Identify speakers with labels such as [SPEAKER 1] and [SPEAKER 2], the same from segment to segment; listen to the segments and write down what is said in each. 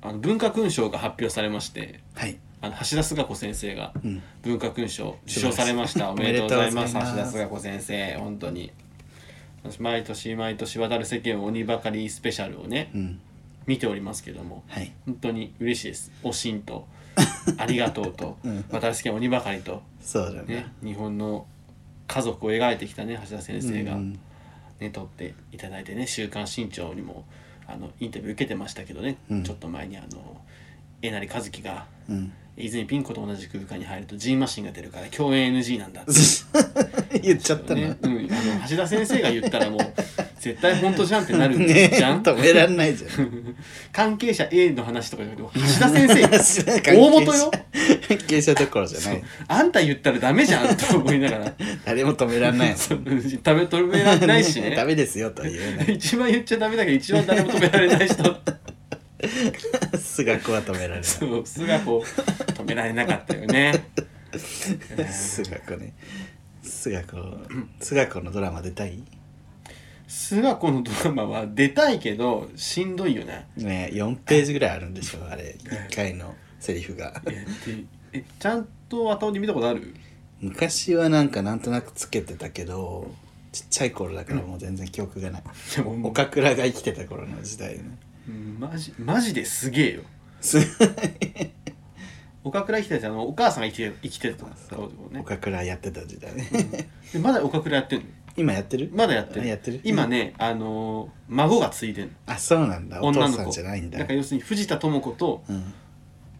[SPEAKER 1] あの文化勲章が発表されまして
[SPEAKER 2] はい。
[SPEAKER 1] あの橋田壽賀子先生が
[SPEAKER 2] うん
[SPEAKER 1] 文化勲章受賞されましたお
[SPEAKER 2] 素
[SPEAKER 1] め
[SPEAKER 2] 晴らしい
[SPEAKER 1] でとうございます
[SPEAKER 2] お
[SPEAKER 1] 橋
[SPEAKER 2] め
[SPEAKER 1] 田
[SPEAKER 2] でとうございます
[SPEAKER 1] 壽賀子先生本当に私毎年毎年渡る世間を鬼ばかりスペシャルをね、
[SPEAKER 2] うん。
[SPEAKER 1] 見ておりますけども
[SPEAKER 2] はい。
[SPEAKER 1] 本当に嬉しいですおしん とありがとうと
[SPEAKER 2] うん
[SPEAKER 1] 渡る世間鬼ばかりと、
[SPEAKER 2] そうだね
[SPEAKER 1] ね。、日本の家族を描いてきたね橋田先生が、
[SPEAKER 2] うん
[SPEAKER 1] ね、撮っていただいてね「週刊新潮」にもあのインタビュー受けてましたけどね、
[SPEAKER 2] うん
[SPEAKER 1] ちょっと前にあのえなりかずきが
[SPEAKER 2] うん。
[SPEAKER 1] 泉ピン子と同じ空間に入るとジンマシンが出るから共演 NG なんだって
[SPEAKER 2] 言っちゃった
[SPEAKER 1] ねうん、あ
[SPEAKER 2] な。
[SPEAKER 1] の橋田先生が言った らもう絶対本当じゃんってなる
[SPEAKER 2] ね
[SPEAKER 1] じゃん、
[SPEAKER 2] 止めらんないじゃん。
[SPEAKER 1] 関係者 A の話とかじゃなくて橋田先生
[SPEAKER 2] 関係者
[SPEAKER 1] 大元よ。
[SPEAKER 2] 関係者どころじゃない。
[SPEAKER 1] あんた言ったらダメじゃんと思いながら
[SPEAKER 2] 誰も止めらんないもん。
[SPEAKER 1] そう食べ止められないし ね
[SPEAKER 2] ダメですよとは言えない。
[SPEAKER 1] 一番言っちゃダメだけど一番誰も止められない人
[SPEAKER 2] 菅子は止められない。
[SPEAKER 1] そう素がこう止められなかったよね
[SPEAKER 2] 菅子ね。菅子。菅子のドラマ出たい
[SPEAKER 1] 素がこのドラマは出たいけどしんどいよね
[SPEAKER 2] ね4ページぐらいあるんでしょ、あれ。1回のセリフが。
[SPEAKER 1] えでえちゃんと後に見たことある
[SPEAKER 2] 昔はなんかなんとなくつけてたけど、ちっちゃい頃だからもう全然記憶がない。
[SPEAKER 1] でも
[SPEAKER 2] 岡倉が生きてた頃の時代ね。
[SPEAKER 1] マジマジですげえよ
[SPEAKER 2] す
[SPEAKER 1] 岡倉生きてたあのお母さんが生きて生きてたってことね
[SPEAKER 2] 岡倉やってた時代ね。
[SPEAKER 1] でまだ岡倉やってるの
[SPEAKER 2] 今やってる
[SPEAKER 1] まだやってる
[SPEAKER 2] あやってる
[SPEAKER 1] 今ね、あのー孫がついでんの
[SPEAKER 2] あそうなんだお
[SPEAKER 1] 女
[SPEAKER 2] 父
[SPEAKER 1] の
[SPEAKER 2] さ
[SPEAKER 1] 子
[SPEAKER 2] んじゃないんだ
[SPEAKER 1] だから要するに藤田智子と、
[SPEAKER 2] うん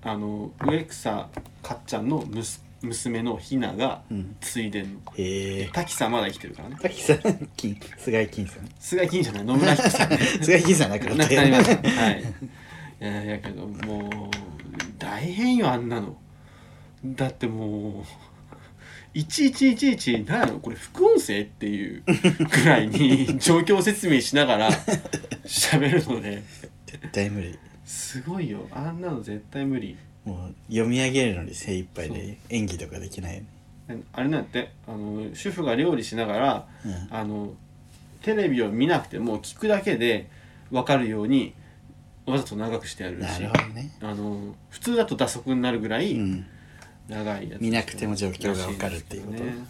[SPEAKER 1] あのー植草かっちゃんのむす娘のひなが
[SPEAKER 2] うん
[SPEAKER 1] ついでんの、
[SPEAKER 2] へえ
[SPEAKER 1] 滝さんまだ生きてるからね
[SPEAKER 2] 滝さん金菅井金さん
[SPEAKER 1] 菅井金じゃない 野 村彦さん
[SPEAKER 2] 菅井金さんなくな
[SPEAKER 1] 亡
[SPEAKER 2] っ
[SPEAKER 1] く
[SPEAKER 2] た
[SPEAKER 1] なり
[SPEAKER 2] よ
[SPEAKER 1] ましたはいいやいやけどもう大変よあんなのだってもう1111何やろこれ副音声っていうくらいに状況説明しながら喋るので
[SPEAKER 2] 絶対無理
[SPEAKER 1] すごいよあんなの絶対無理
[SPEAKER 2] もう読み上げるのに精一杯で演技とかできないよね
[SPEAKER 1] あれなんてあの主婦が料理しながら
[SPEAKER 2] うん
[SPEAKER 1] あのテレビを見なくても聞くだけで分かるようにわざと長くしてやる
[SPEAKER 2] な
[SPEAKER 1] し
[SPEAKER 2] るほどね
[SPEAKER 1] あの普通だと打足になるぐら
[SPEAKER 2] う
[SPEAKER 1] い
[SPEAKER 2] ん
[SPEAKER 1] 長いやつ、
[SPEAKER 2] 見なくても状況がわかるっていうこ
[SPEAKER 1] ら
[SPEAKER 2] と
[SPEAKER 1] しですけどね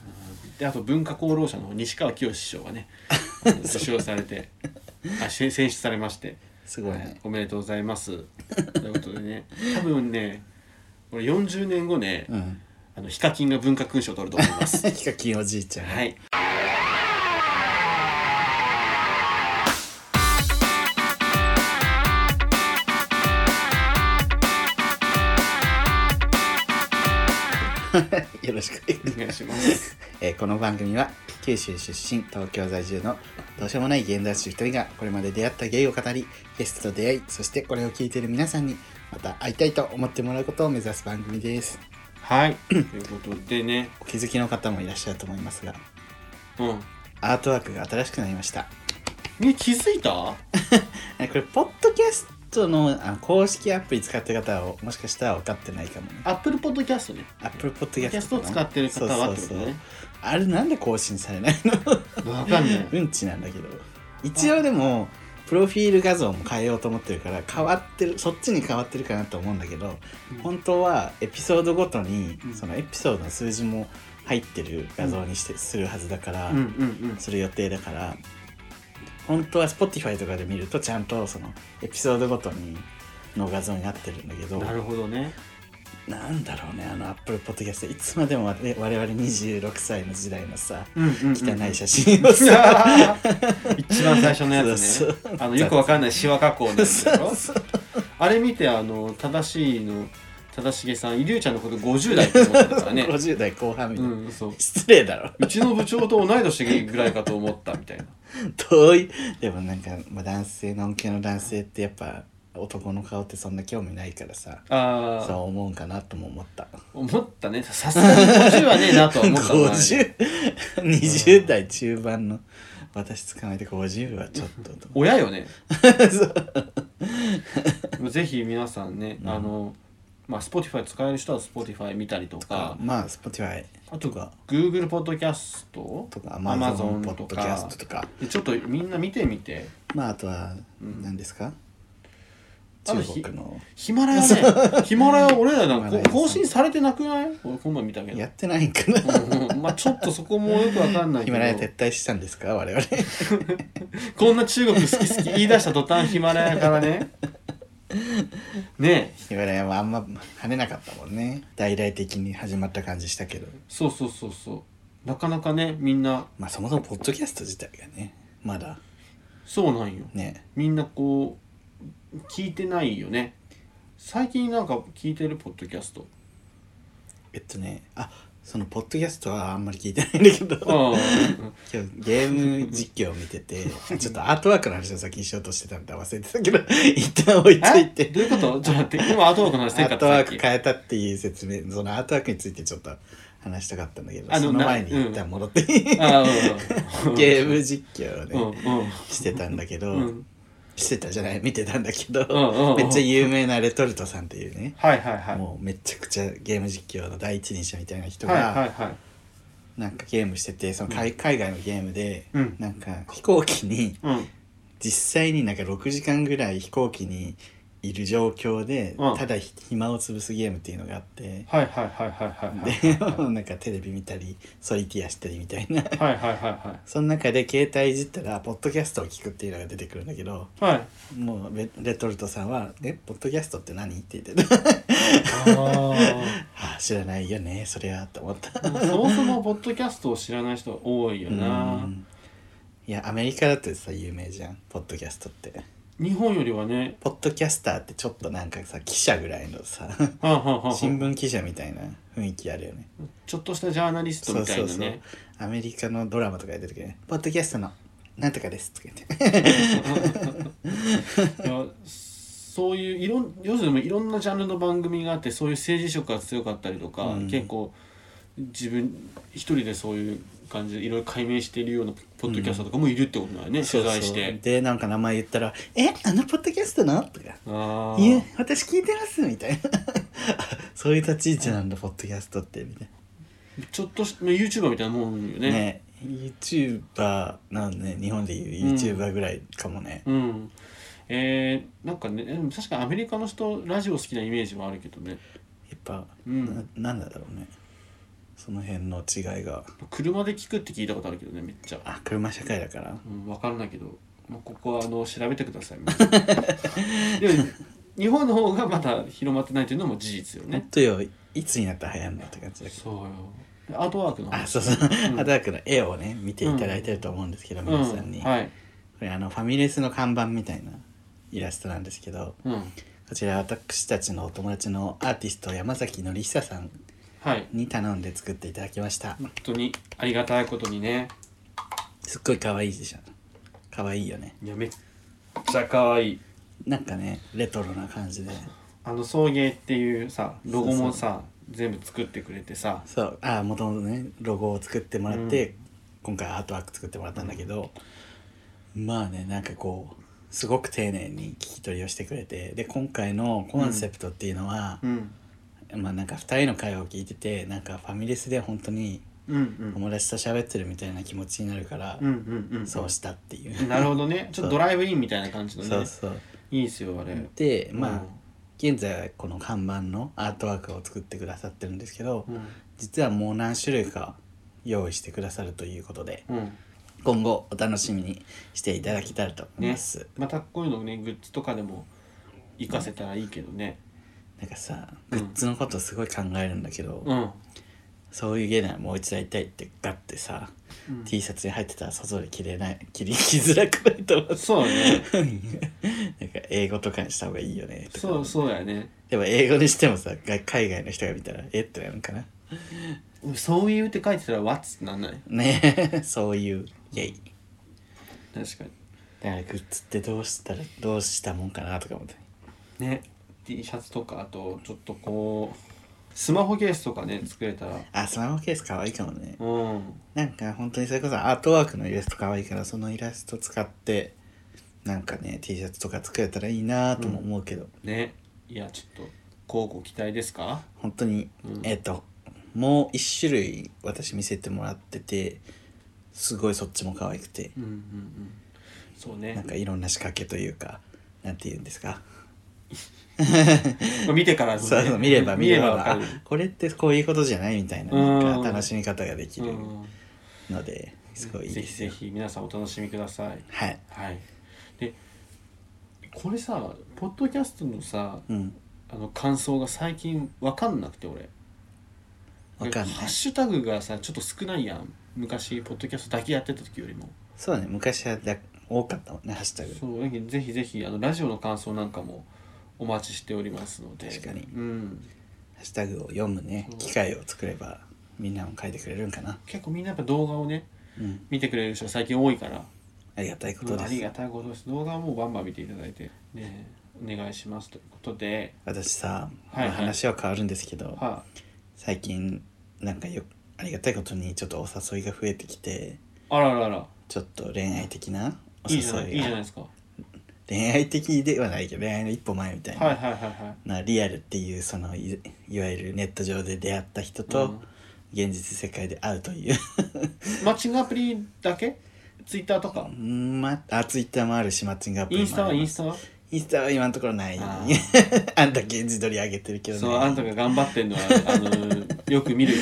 [SPEAKER 1] であと文化功労者の方西川きよし師匠 がねあの受賞されてあし選出されまして、
[SPEAKER 2] すごい
[SPEAKER 1] はい
[SPEAKER 2] ね
[SPEAKER 1] おめでとうございますということでね多分ね俺40年後ね、
[SPEAKER 2] うん
[SPEAKER 1] あのヒカキンが文化勲章を取ると思い ます
[SPEAKER 2] ヒカキンおじいちゃん
[SPEAKER 1] はい
[SPEAKER 2] よろしく
[SPEAKER 1] お願いします
[SPEAKER 2] えーこの番組は九州出身東京在住のどうしようもない芸男子2人がこれまで出会った芸を語りゲストと出会いそしてこれを聞いている皆さんにまた会いたいと思ってもらうことを目指す番組です
[SPEAKER 1] はいということでね
[SPEAKER 2] お気づきの方もいらっしゃると思いますが
[SPEAKER 1] うん
[SPEAKER 2] アートワークが新しくなりました
[SPEAKER 1] ね気づいた
[SPEAKER 2] えーこれポッドキャストのあの公式アプリ使ってる方はもしかしたら分かってないかもね
[SPEAKER 1] アップルポッドキャストね
[SPEAKER 2] アップル
[SPEAKER 1] ポ
[SPEAKER 2] ポッド
[SPEAKER 1] ッ
[SPEAKER 2] キ
[SPEAKER 1] ドキ
[SPEAKER 2] ャ
[SPEAKER 1] ャ
[SPEAKER 2] ス
[SPEAKER 1] ス
[SPEAKER 2] ト
[SPEAKER 1] トを使ってる方はってことね
[SPEAKER 2] あれなんで更新されないの
[SPEAKER 1] わかん ない
[SPEAKER 2] うんちなんだけど一応でもプロフィール画像も変えようと思ってるから変わってるそっちに変わってるかなと思うんだけど
[SPEAKER 1] うん
[SPEAKER 2] 本当はエピソードごとに
[SPEAKER 1] うん
[SPEAKER 2] そのエピソードの数字も入ってる画像にしてするはずだから、
[SPEAKER 1] うんうん
[SPEAKER 2] する予定だから本当は Spotify とかで見るとちゃんとそのエピソードごとにの画像になってるんだけ
[SPEAKER 1] う
[SPEAKER 2] ど
[SPEAKER 1] んなるほどね
[SPEAKER 2] なんだろうねあの Apple Podcast いつまでも我々26歳の時代のさ
[SPEAKER 1] うんうんうん
[SPEAKER 2] 汚い写真をさ、
[SPEAKER 1] 一番最初のやつ
[SPEAKER 2] そ
[SPEAKER 1] ね
[SPEAKER 2] うそう
[SPEAKER 1] あのよくわかんないシワ加工のやつだろ
[SPEAKER 2] そうそう
[SPEAKER 1] あれ見てあの正しいの正しげさんイリュウちゃんのこと50代って思ってたから ね
[SPEAKER 2] 50代後半みた
[SPEAKER 1] う
[SPEAKER 2] いな、
[SPEAKER 1] んそう
[SPEAKER 2] 失礼だろ
[SPEAKER 1] うちの部長と同い年ぐらいかと思ったみたいな
[SPEAKER 2] 遠いでもなんか、まあ、男性のん系の男性ってやっぱ男の顔ってそんな興味ないからさ
[SPEAKER 1] あ
[SPEAKER 2] そう
[SPEAKER 1] あ
[SPEAKER 2] 思うんかなとも思った
[SPEAKER 1] 思ったねさすがに50はねえなとは思ったな
[SPEAKER 2] 5020代中盤の私捕まえて50はちょっとと
[SPEAKER 1] 親よね
[SPEAKER 2] そう
[SPEAKER 1] ぜひ皆さんね、あのまあ Spotify 使える人は Spotify 見たりとか
[SPEAKER 2] まあ Spotify
[SPEAKER 1] あと
[SPEAKER 2] とか
[SPEAKER 1] Google ポッドキャスト
[SPEAKER 2] とか Amazon ポッド
[SPEAKER 1] と
[SPEAKER 2] キャ
[SPEAKER 1] か
[SPEAKER 2] ストとか
[SPEAKER 1] でちょっとみんな見てみて
[SPEAKER 2] まああとは何ですか、
[SPEAKER 1] あの
[SPEAKER 2] 中
[SPEAKER 1] ひ
[SPEAKER 2] 国の
[SPEAKER 1] ヒマラ ヤねヒマラヤ俺らなん
[SPEAKER 2] ヒマラ
[SPEAKER 1] か
[SPEAKER 2] ヤさん
[SPEAKER 1] 更新されてなくない俺こんなん見たけど
[SPEAKER 2] やってないんかな
[SPEAKER 1] うんまあちょっとそこもよくわかんない
[SPEAKER 2] ヒ
[SPEAKER 1] け
[SPEAKER 2] マ
[SPEAKER 1] ど
[SPEAKER 2] ラヤ撤退したんですか我々
[SPEAKER 1] こんな中国好き好き言い出した途端ヒマラヤからね ねえ
[SPEAKER 2] ヒマラヤはあんま跳ねなかったもんね大々的に始まった感じしたけど
[SPEAKER 1] そうそうそうそうなかなかねみんな
[SPEAKER 2] まあそもそもポッドキャスト自体がねまだ
[SPEAKER 1] そうなんよ
[SPEAKER 2] ね
[SPEAKER 1] みんなこう聞いてないよね最近なんか聞いてるポッドキャス ト
[SPEAKER 2] えっとねあそのポッドキャストはあんまり聞いてないんだけど
[SPEAKER 1] ああ
[SPEAKER 2] 今日ゲーム実況を見ててちょっとアートワークの話を先にしようとしてたんで忘れてたけど 一旦置いと
[SPEAKER 1] え
[SPEAKER 2] いて
[SPEAKER 1] どういうことちょっと待って今アートワークの話
[SPEAKER 2] ア
[SPEAKER 1] せんか
[SPEAKER 2] ー
[SPEAKER 1] った
[SPEAKER 2] トワ
[SPEAKER 1] さ
[SPEAKER 2] ー
[SPEAKER 1] っ
[SPEAKER 2] ク
[SPEAKER 1] き
[SPEAKER 2] 変えたっていう説明そのアートワークについてちょっと話したかったんだけど
[SPEAKER 1] あの
[SPEAKER 2] その
[SPEAKER 1] な
[SPEAKER 2] 前に
[SPEAKER 1] うん
[SPEAKER 2] 一旦戻って、
[SPEAKER 1] ああうん
[SPEAKER 2] ゲーム実況をね、
[SPEAKER 1] うんうん
[SPEAKER 2] してたんだけど、
[SPEAKER 1] うん
[SPEAKER 2] してたじゃない見てたんだけど、
[SPEAKER 1] うんうんうん
[SPEAKER 2] めっちゃ有名なレトルトさんっていうね、
[SPEAKER 1] はいはいはい
[SPEAKER 2] もうめちゃくちゃゲーム実況の第一人者みたいな人が、
[SPEAKER 1] はいはいはい
[SPEAKER 2] なんかゲームしててその海海外のゲームで、
[SPEAKER 1] うん
[SPEAKER 2] なんか飛行機に
[SPEAKER 1] うん
[SPEAKER 2] 実際になんか6時間ぐらい飛行機にいる状況で、
[SPEAKER 1] うん
[SPEAKER 2] ただひ暇を潰すゲームっていうのがあって、
[SPEAKER 1] はいはいはいはいはいはい
[SPEAKER 2] でなんかテレビ見たりソリティアしたりみたいな
[SPEAKER 1] はいはいは
[SPEAKER 2] その中で携帯いじったらポッドキャストを聞くっていうのが出てくるんだけど
[SPEAKER 1] いはいはい
[SPEAKER 2] もうレレトルトさんは「えポッドキャストって何?」って言ってた
[SPEAKER 1] あ
[SPEAKER 2] あ知らないよねそれはと思った
[SPEAKER 1] あそもそもポッドキャストを知らない人多いよ
[SPEAKER 2] う
[SPEAKER 1] なん
[SPEAKER 2] いやアメリカだってさ有名じゃんポッドキャストって
[SPEAKER 1] 日本よりはね
[SPEAKER 2] ポッドキャスターってちょっとなんかさ記者ぐらいのさ
[SPEAKER 1] はんはんはんは
[SPEAKER 2] 新
[SPEAKER 1] ん
[SPEAKER 2] 聞記者みたいな雰囲気あるよね
[SPEAKER 1] ちょっとしたジャーナリスト
[SPEAKER 2] そう
[SPEAKER 1] みた
[SPEAKER 2] そ
[SPEAKER 1] いうな
[SPEAKER 2] そう
[SPEAKER 1] ね
[SPEAKER 2] アメリカのドラマとかで出てくるねポッドキャストのなんとかです」とか言って
[SPEAKER 1] いやそういういろん要するにいろんなジャンルの番組があってそういう政治色が強かったりとか、
[SPEAKER 2] うん
[SPEAKER 1] 結構自分一人でそういう感じでいろいろ解明しているようなポッドキャストとかもいるってことだよね、取材し
[SPEAKER 2] そうそう
[SPEAKER 1] て。
[SPEAKER 2] でなんか名前言ったら「えあのポッドキャストの?」とか
[SPEAKER 1] ああ
[SPEAKER 2] 「いや私聞いてます」みたいな そういう立ち位置なんだポッドキャストってみたい
[SPEAKER 1] ちょっとし YouTuber みたいなもんよ
[SPEAKER 2] な
[SPEAKER 1] ね。
[SPEAKER 2] ね YouTuber なんね日本でいううん YouTuber ぐらいかもね、
[SPEAKER 1] うんえー、なんかねでも確かにアメリカの人ラジオ好きなイメージはあるけどね
[SPEAKER 2] やっぱ、
[SPEAKER 1] うん
[SPEAKER 2] ななんだろうねその辺の違いが
[SPEAKER 1] 車で聞くって聞いたことあるけどねめっちゃ、
[SPEAKER 2] あ車社会だから
[SPEAKER 1] うん、分からないけど、まあ、ここはあの調べてください皆 さんでも日本の方がまだ広まってないというのも事実よ
[SPEAKER 2] もっ
[SPEAKER 1] ね
[SPEAKER 2] とよいつになったら流行んだって感じだけど
[SPEAKER 1] そうよでアートワークの
[SPEAKER 2] あ
[SPEAKER 1] 話
[SPEAKER 2] そうそう、
[SPEAKER 1] ん
[SPEAKER 2] アダークの絵をね見ていただいてると思うんですけど、
[SPEAKER 1] う
[SPEAKER 2] 皆さんに、
[SPEAKER 1] んはい
[SPEAKER 2] これあのファミレスの看板みたいなイラストなんですけど
[SPEAKER 1] うん
[SPEAKER 2] こちら私たちのお友達のアーティスト山崎のりひささん
[SPEAKER 1] はい
[SPEAKER 2] に頼んで作っていただきました
[SPEAKER 1] 本当にありがたいことにね
[SPEAKER 2] すっごい可愛いでしょ可愛いよね
[SPEAKER 1] いやめっちゃ可愛い
[SPEAKER 2] なんかねレトロな感じで
[SPEAKER 1] あの送迎っていうさロゴもさ
[SPEAKER 2] そ
[SPEAKER 1] 全部作ってくれてさ
[SPEAKER 2] そうあもともとねロゴを作ってもらって、今回アートワーク作ってもらったんだけど、まあねなんかこうすごく丁寧に聞き取りをしてくれてで今回のコンセプトっていうのは、
[SPEAKER 1] うん
[SPEAKER 2] まあなんか2人の会話を聞いててなんかファミレスで本当に
[SPEAKER 1] うんうん
[SPEAKER 2] 友達と喋ってるみたいな気持ちになるから、
[SPEAKER 1] うんうんうん
[SPEAKER 2] そうしたっていう、
[SPEAKER 1] なるほどねちょっとドライブインみたいな感じの
[SPEAKER 2] そう
[SPEAKER 1] ね
[SPEAKER 2] そう
[SPEAKER 1] いいですよあれ
[SPEAKER 2] でまあ、
[SPEAKER 1] うん
[SPEAKER 2] 現在はこの看板のアートワークを作ってくださってるんですけど、
[SPEAKER 1] うん
[SPEAKER 2] 実はもう何種類か用意してくださるということで
[SPEAKER 1] うん
[SPEAKER 2] 今後お楽しみにしていただけたらと思い
[SPEAKER 1] ね
[SPEAKER 2] ます、
[SPEAKER 1] またこういうのねグッズとかでも活かせたらいいけどね
[SPEAKER 2] なんかさ
[SPEAKER 1] う
[SPEAKER 2] グ
[SPEAKER 1] ん
[SPEAKER 2] ッズのことすごい考えるんだけど、
[SPEAKER 1] うん
[SPEAKER 2] そういう芸ならもう一度やりたいってガッてさ、
[SPEAKER 1] うん
[SPEAKER 2] T シャツに入ってたら外で着れない着り着づらくないと思 う
[SPEAKER 1] そうだね
[SPEAKER 2] なんか英語とかにした方がいいよねとか
[SPEAKER 1] そうそうだよね
[SPEAKER 2] でも英語にしてもさが海外の人が見たらえってなるのかな
[SPEAKER 1] そういうって書いてたら「わっ」ってなんない
[SPEAKER 2] ね えそういうイェイ
[SPEAKER 1] 確かに
[SPEAKER 2] だからグッズってどうしたらどうしたもんかなとか思って
[SPEAKER 1] ね T シャツとかあとちょっとこうスマホケースとかね作れたら
[SPEAKER 2] あスマホケース可愛いかもね
[SPEAKER 1] うん
[SPEAKER 2] なんか本当にそれこそアートワークのイラスト可愛いからそのイラスト使ってなんかね T シャツとか作れたらいいなとも思うけど、
[SPEAKER 1] ねいやちょっと乞うご期待ですか
[SPEAKER 2] 本当に、
[SPEAKER 1] うん
[SPEAKER 2] えっ、ともう一種類私見せてもらっててすごいそっちも可愛くて
[SPEAKER 1] うんうんうんそう
[SPEAKER 2] なん
[SPEAKER 1] ね
[SPEAKER 2] かいろんな仕掛けというかなんて言うんですか
[SPEAKER 1] まあ見てからのね
[SPEAKER 2] そうそう見れば見れば
[SPEAKER 1] わか
[SPEAKER 2] わか
[SPEAKER 1] る
[SPEAKER 2] るこれってこういうことじゃないみたいな
[SPEAKER 1] うん
[SPEAKER 2] なんか楽しみ方ができる
[SPEAKER 1] うん
[SPEAKER 2] のですごいいい
[SPEAKER 1] ぜ
[SPEAKER 2] で
[SPEAKER 1] ひ
[SPEAKER 2] すよ
[SPEAKER 1] ぜひ皆さんお楽しみください
[SPEAKER 2] はい、
[SPEAKER 1] はいでこれさポッドキャストのさ
[SPEAKER 2] うん、
[SPEAKER 1] あの感想が最近わかんなくて俺
[SPEAKER 2] わかんない
[SPEAKER 1] ハッシュタグがさちょっと少ないやん昔ポッドキャストだけやってた時よりも
[SPEAKER 2] そうね昔はだ多かったもんねハッシュタグ
[SPEAKER 1] そうぜひぜひあのラジオの感想なんかもお待ちしておりますので
[SPEAKER 2] 確かに
[SPEAKER 1] うん、
[SPEAKER 2] ハッシュタグを読むね
[SPEAKER 1] そう
[SPEAKER 2] 機会を作ればみんなも書いてくれるんかな
[SPEAKER 1] 結構みんなやっぱ動画をね
[SPEAKER 2] うん
[SPEAKER 1] 見てくれる人が最近多いから
[SPEAKER 2] ありがたいことで
[SPEAKER 1] ありが
[SPEAKER 2] す
[SPEAKER 1] たいことです動画はもうバンバン見ていただいて、ね、お願いしますということで、
[SPEAKER 2] 私さ、
[SPEAKER 1] はいはい
[SPEAKER 2] まあ話は変わるんですけど、
[SPEAKER 1] は
[SPEAKER 2] 最近なんかよありがたいことにちょっとお誘いが増えてきて
[SPEAKER 1] あ、あららら
[SPEAKER 2] ちょっと恋愛的なお
[SPEAKER 1] い
[SPEAKER 2] 誘
[SPEAKER 1] い
[SPEAKER 2] い
[SPEAKER 1] じゃ
[SPEAKER 2] が
[SPEAKER 1] ないいいじゃないですかは
[SPEAKER 2] 恋愛的ではないけど恋愛の一歩前みた
[SPEAKER 1] い
[SPEAKER 2] いな,、
[SPEAKER 1] はいはいはい
[SPEAKER 2] なリアルっていうそのいいわゆるネット上で出会った人と、
[SPEAKER 1] うん
[SPEAKER 2] 現実世界で会うという
[SPEAKER 1] マッチングアプリだけツイッターとか
[SPEAKER 2] うんまあツイッターもあるしマッチングアプ
[SPEAKER 1] イ
[SPEAKER 2] リも
[SPEAKER 1] ンスタはインス
[SPEAKER 2] タ
[SPEAKER 1] タは
[SPEAKER 2] インスタは今のところない あ
[SPEAKER 1] あ
[SPEAKER 2] んた現地取り上げてるけどね
[SPEAKER 1] そうあんたが頑張ってんのはあのよく見る よ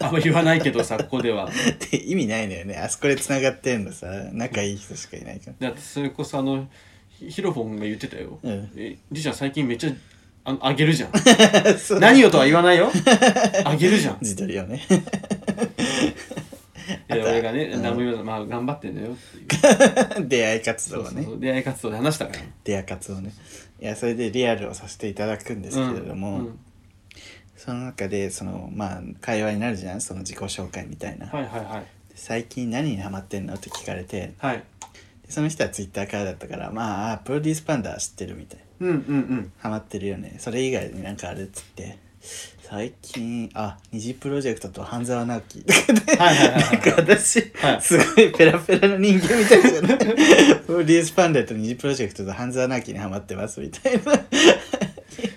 [SPEAKER 1] あんま言わないけどさここでは
[SPEAKER 2] って 意味ないのよねあそこでつながってんのさ仲いい人しかいないから
[SPEAKER 1] だってそれこそあのひヒロフォンが言ってたよ、
[SPEAKER 2] うん
[SPEAKER 1] えりちゃん最近めっちゃああげるじゃん
[SPEAKER 2] そう
[SPEAKER 1] 何よとは言わない よあげるじゃん
[SPEAKER 2] 自撮りをね
[SPEAKER 1] で
[SPEAKER 2] あと
[SPEAKER 1] 俺がね
[SPEAKER 2] うん
[SPEAKER 1] 何も言わないまあ頑張ってんだよっていう
[SPEAKER 2] 出会い活動
[SPEAKER 1] そう
[SPEAKER 2] は
[SPEAKER 1] そう
[SPEAKER 2] ね
[SPEAKER 1] そう出会い活動で話したから
[SPEAKER 2] 出会い活動ねいやそれでリアルをさせていただくんですけれども、
[SPEAKER 1] うんうん
[SPEAKER 2] その中でそのまあ会話になるじゃんその自己紹介みたいな、
[SPEAKER 1] はいはいはい
[SPEAKER 2] 最近何にハマってんのって聞かれて
[SPEAKER 1] はい
[SPEAKER 2] その人はツイッターからだったからまああプロデュースパンダー知ってるみたいな
[SPEAKER 1] うんうんうん
[SPEAKER 2] ハマってるよねそれ以外になんかあれっつって最近あ二次プロジェクトと半沢直樹
[SPEAKER 1] はいはいはいはい
[SPEAKER 2] なんか私、
[SPEAKER 1] はい
[SPEAKER 2] すごいペラペラの人間みたいじゃないプロデュースパンダと二次プロジェクトと半沢直樹にハマってますみたいな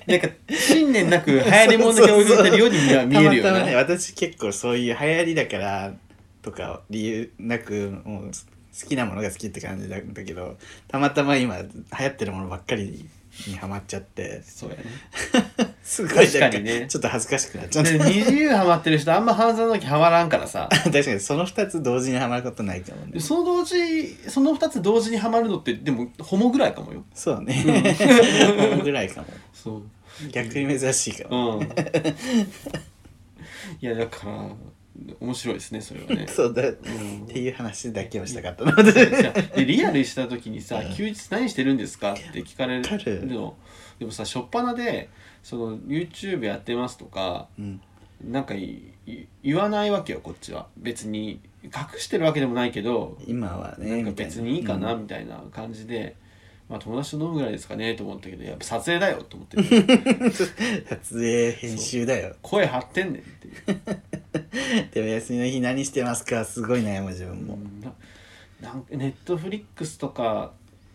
[SPEAKER 1] なんか信念なく流行りもんだけ追いかけてるようには見えるよ
[SPEAKER 2] たまたまね
[SPEAKER 1] ね
[SPEAKER 2] 私結構そういう流行りだからとか理由なくもう好きなものが好きって感じなんだけどたまたま今流行ってるものばっかりにハマっちゃって
[SPEAKER 1] そうやね
[SPEAKER 2] すごいなん
[SPEAKER 1] 確かにね
[SPEAKER 2] ちょっと恥ずかしくなっちゃった
[SPEAKER 1] で20ハマってる人あんま半沢直樹ハマらんからさ
[SPEAKER 2] 確かにその2つ同時にハマることないかも ね
[SPEAKER 1] その同時その2つ同時にハマるのってでもホモぐらいかもよ
[SPEAKER 2] そうねこのぐらい かも
[SPEAKER 1] そう
[SPEAKER 2] 逆に珍しいかも、
[SPEAKER 1] うん いやだから面白いですねそれは ね
[SPEAKER 2] そうだ、
[SPEAKER 1] ん
[SPEAKER 2] っていう話だけをしたかったので
[SPEAKER 1] じゃあでリアルした時にさ
[SPEAKER 2] うん
[SPEAKER 1] 「休日何してるんですか?」って聞かれ
[SPEAKER 2] わかる
[SPEAKER 1] るのでもさ初っ端でその「YouTube やってます」とか
[SPEAKER 2] うん
[SPEAKER 1] なんかいい言わないわけよこっちは別に隠してるわけでもないけど
[SPEAKER 2] 今は
[SPEAKER 1] な
[SPEAKER 2] ね
[SPEAKER 1] んか
[SPEAKER 2] みたいな
[SPEAKER 1] 別にいいかな
[SPEAKER 2] うん
[SPEAKER 1] みたいな感じで、まあ友達と飲むぐらいですかねと思ったけどやっぱ撮影だよと思って
[SPEAKER 2] 撮影編集だよ
[SPEAKER 1] 声張ってんねんっていう
[SPEAKER 2] でも休みの日何してますかすごい悩む自分も、
[SPEAKER 1] ななんかネットフリックスとか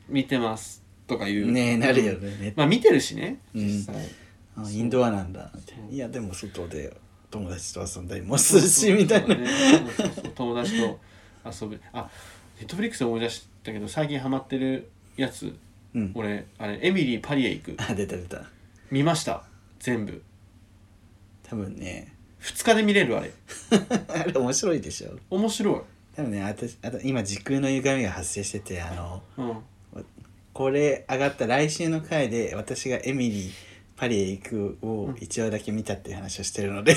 [SPEAKER 1] 見てますとかいう
[SPEAKER 2] ねえなるよね、ね
[SPEAKER 1] まあ見てるしね
[SPEAKER 2] うん
[SPEAKER 1] 実際、
[SPEAKER 2] あインドアなんだみたいないやでも外で友達と遊んだりもするしみたいな、
[SPEAKER 1] ねそうそうそう友達と遊ぶあネットフリックス思い出したけど最近ハマってるやつ
[SPEAKER 2] うん
[SPEAKER 1] 俺あれエミリー・パリへ行く
[SPEAKER 2] あ出た出た
[SPEAKER 1] 見ました全部
[SPEAKER 2] 多分ね
[SPEAKER 1] 2日で見れるあれ
[SPEAKER 2] あれ面白いでしょ
[SPEAKER 1] 面白い、
[SPEAKER 2] 多分ねあたあた今時空の歪みが発生しててあの
[SPEAKER 1] うん、
[SPEAKER 2] これ上がった来週の回で私がエミリーパリへ行くを一話だけ見たっていう話をしてるので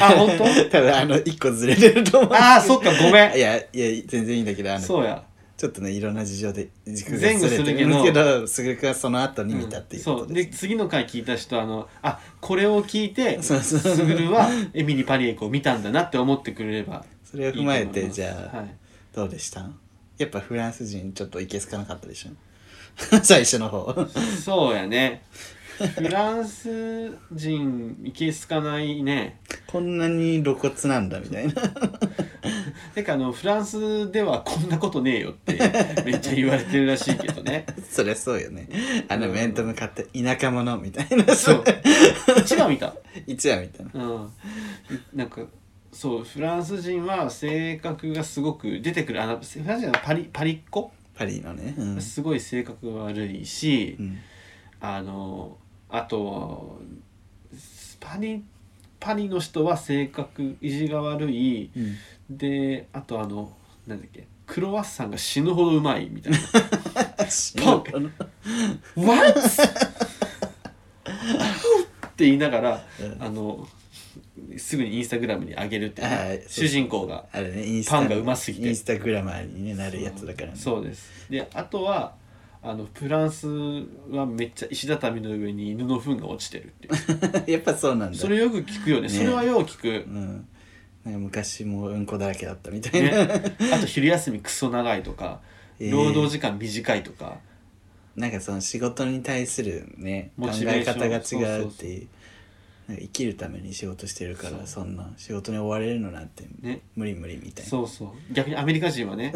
[SPEAKER 1] あ本当
[SPEAKER 2] 多分あの一個ずれてると思う
[SPEAKER 1] ああそっかごめ
[SPEAKER 2] いやいや全然いいんだけどあ
[SPEAKER 1] ん
[SPEAKER 2] の
[SPEAKER 1] そうや
[SPEAKER 2] ちょっとねいろんな事情で時空
[SPEAKER 1] 前後
[SPEAKER 2] が
[SPEAKER 1] す
[SPEAKER 2] ず
[SPEAKER 1] る
[SPEAKER 2] れ
[SPEAKER 1] け
[SPEAKER 2] て
[SPEAKER 1] ど
[SPEAKER 2] るんですけどすぐるくんはその後に見たっていうこ
[SPEAKER 1] そ
[SPEAKER 2] と
[SPEAKER 1] う
[SPEAKER 2] で、
[SPEAKER 1] です次の回聞いた人あのあこれを聞いて
[SPEAKER 2] そうそう
[SPEAKER 1] スグルはエミリー・パリエコを見たんだなって思ってくれれば
[SPEAKER 2] それを踏ま
[SPEAKER 1] いい
[SPEAKER 2] えて
[SPEAKER 1] と思います
[SPEAKER 2] じゃあ、
[SPEAKER 1] はい
[SPEAKER 2] どうでしたやっぱフランス人ちょっといけすかなかったでしょ 最初の方
[SPEAKER 1] そうやねフランス人いけすかないね
[SPEAKER 2] こんなに露骨なんだみたいな
[SPEAKER 1] てかあのフランスではこんなことねえよってめっちゃ言われてるらしいけど ね
[SPEAKER 2] そりゃそうよねあの
[SPEAKER 1] うん
[SPEAKER 2] 面と向かって田舎者みたいな
[SPEAKER 1] そう一番見た
[SPEAKER 2] 一話みたいな
[SPEAKER 1] うんなんかそうフランス人は性格がすごく出てくるあのフランス人はパリパリっ子
[SPEAKER 2] パリのねうん、
[SPEAKER 1] すごい性格が悪いし、
[SPEAKER 2] うん
[SPEAKER 1] あのあとパリパリの人は性格意地が悪い
[SPEAKER 2] うん、
[SPEAKER 1] であとあのなんだっけクロワッサンが死ぬほどうまいみ たいな
[SPEAKER 2] うん
[SPEAKER 1] What? って言いながら
[SPEAKER 2] うん
[SPEAKER 1] あのすぐにインスタグラムに上げるっていうね、
[SPEAKER 2] はいそう
[SPEAKER 1] 主人公が
[SPEAKER 2] あれねインスタ
[SPEAKER 1] パンがうますぎて
[SPEAKER 2] インスタグラマーに、ね、なるやつだからね
[SPEAKER 1] そうですであとはあのフランスはめっちゃ石畳の上に犬の糞が落ちてるっていう
[SPEAKER 2] やっぱそうなんだ
[SPEAKER 1] それよく聞くよね
[SPEAKER 2] ね
[SPEAKER 1] それはよく聞く
[SPEAKER 2] う、ん、なんか昔もううんこだらけだったみたいな、
[SPEAKER 1] ね、あと昼休みクソ長いとか
[SPEAKER 2] えー
[SPEAKER 1] 労働時間短いとか、
[SPEAKER 2] なんかその仕事に対するね考
[SPEAKER 1] モチベ
[SPEAKER 2] え
[SPEAKER 1] ーション
[SPEAKER 2] 方が違うっていうなんか生きるために仕事してるか
[SPEAKER 1] そ
[SPEAKER 2] ら
[SPEAKER 1] う
[SPEAKER 2] そんな仕事に追われるのなんて
[SPEAKER 1] ね
[SPEAKER 2] 無理無理みたいな、
[SPEAKER 1] そうそう逆にアメリカ人はね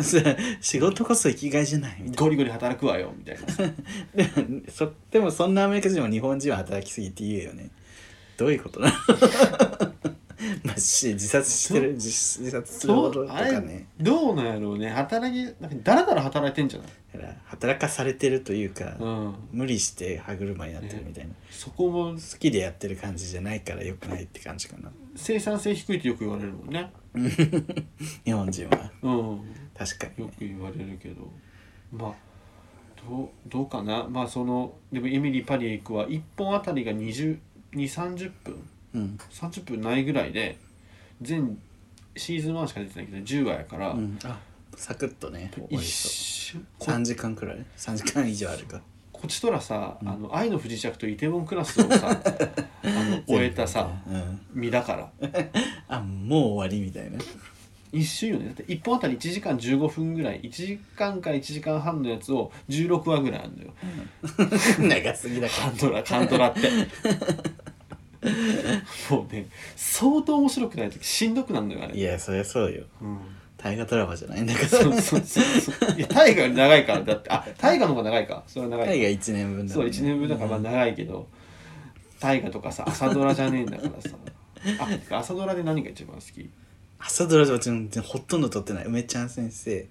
[SPEAKER 2] 仕事こそ生きがいじゃないみたい
[SPEAKER 1] ゴリゴリ働くわよみ たいな
[SPEAKER 2] なでも そでもそんなアメリカ人も日本人は働きすぎって言うよねどういうことなの まあし自殺してる自自殺するほどと
[SPEAKER 1] あ
[SPEAKER 2] か
[SPEAKER 1] れ
[SPEAKER 2] ね
[SPEAKER 1] どうなんやろうね働きなんかだらだら働いてんじゃない、
[SPEAKER 2] だから働かされてるというか、
[SPEAKER 1] うん、
[SPEAKER 2] 無理して歯車になってるみたいな、
[SPEAKER 1] そこも
[SPEAKER 2] 好きでやってる感じじゃないからよくないって感じかな
[SPEAKER 1] 生産性低いってよく言われるもんね
[SPEAKER 2] 日本人は
[SPEAKER 1] うん
[SPEAKER 2] 確かに
[SPEAKER 1] よ
[SPEAKER 2] ね
[SPEAKER 1] く言われるけどまあどうどうかなまあそのでもエミリー・パリへ行くは1本あたりが2 0 3 0分
[SPEAKER 2] うん、
[SPEAKER 1] 30分ないぐらいで全シーズン1しか出てないけど10話やから、
[SPEAKER 2] うん、あサクッとね終わ
[SPEAKER 1] 一
[SPEAKER 2] りそ
[SPEAKER 1] 瞬
[SPEAKER 2] う
[SPEAKER 1] こ
[SPEAKER 2] 3時間くらい3時間以上あるか
[SPEAKER 1] こっちとらさ「あの愛の不時着」と「イテウォンクラス」を さあの 終えたさ
[SPEAKER 2] うん、
[SPEAKER 1] 身だから
[SPEAKER 2] あもう終わりみたいな
[SPEAKER 1] 一瞬よねだって1本あたり1時間15分ぐらい1時間か1時間半のやつを16話ぐらいあるのよ
[SPEAKER 2] 長すぎだか
[SPEAKER 1] カントラカントラって もうね相当面白くないとしんどくなるのよあ
[SPEAKER 2] ら
[SPEAKER 1] れ
[SPEAKER 2] いやそりゃそうよ
[SPEAKER 1] うん
[SPEAKER 2] 大河ドラマじゃないんだか
[SPEAKER 1] そ
[SPEAKER 2] ら
[SPEAKER 1] うそうそうそういや大河より長いからだってあ大河の方が長いかそれは長い
[SPEAKER 2] 大河1年分だ
[SPEAKER 1] そう1年分だからまあ長いけど大河とかさ朝ドラじゃねえんだからさあてか朝ドラで何が一番好き
[SPEAKER 2] 朝ドラは全然ほとんど撮ってない梅ちゃん先生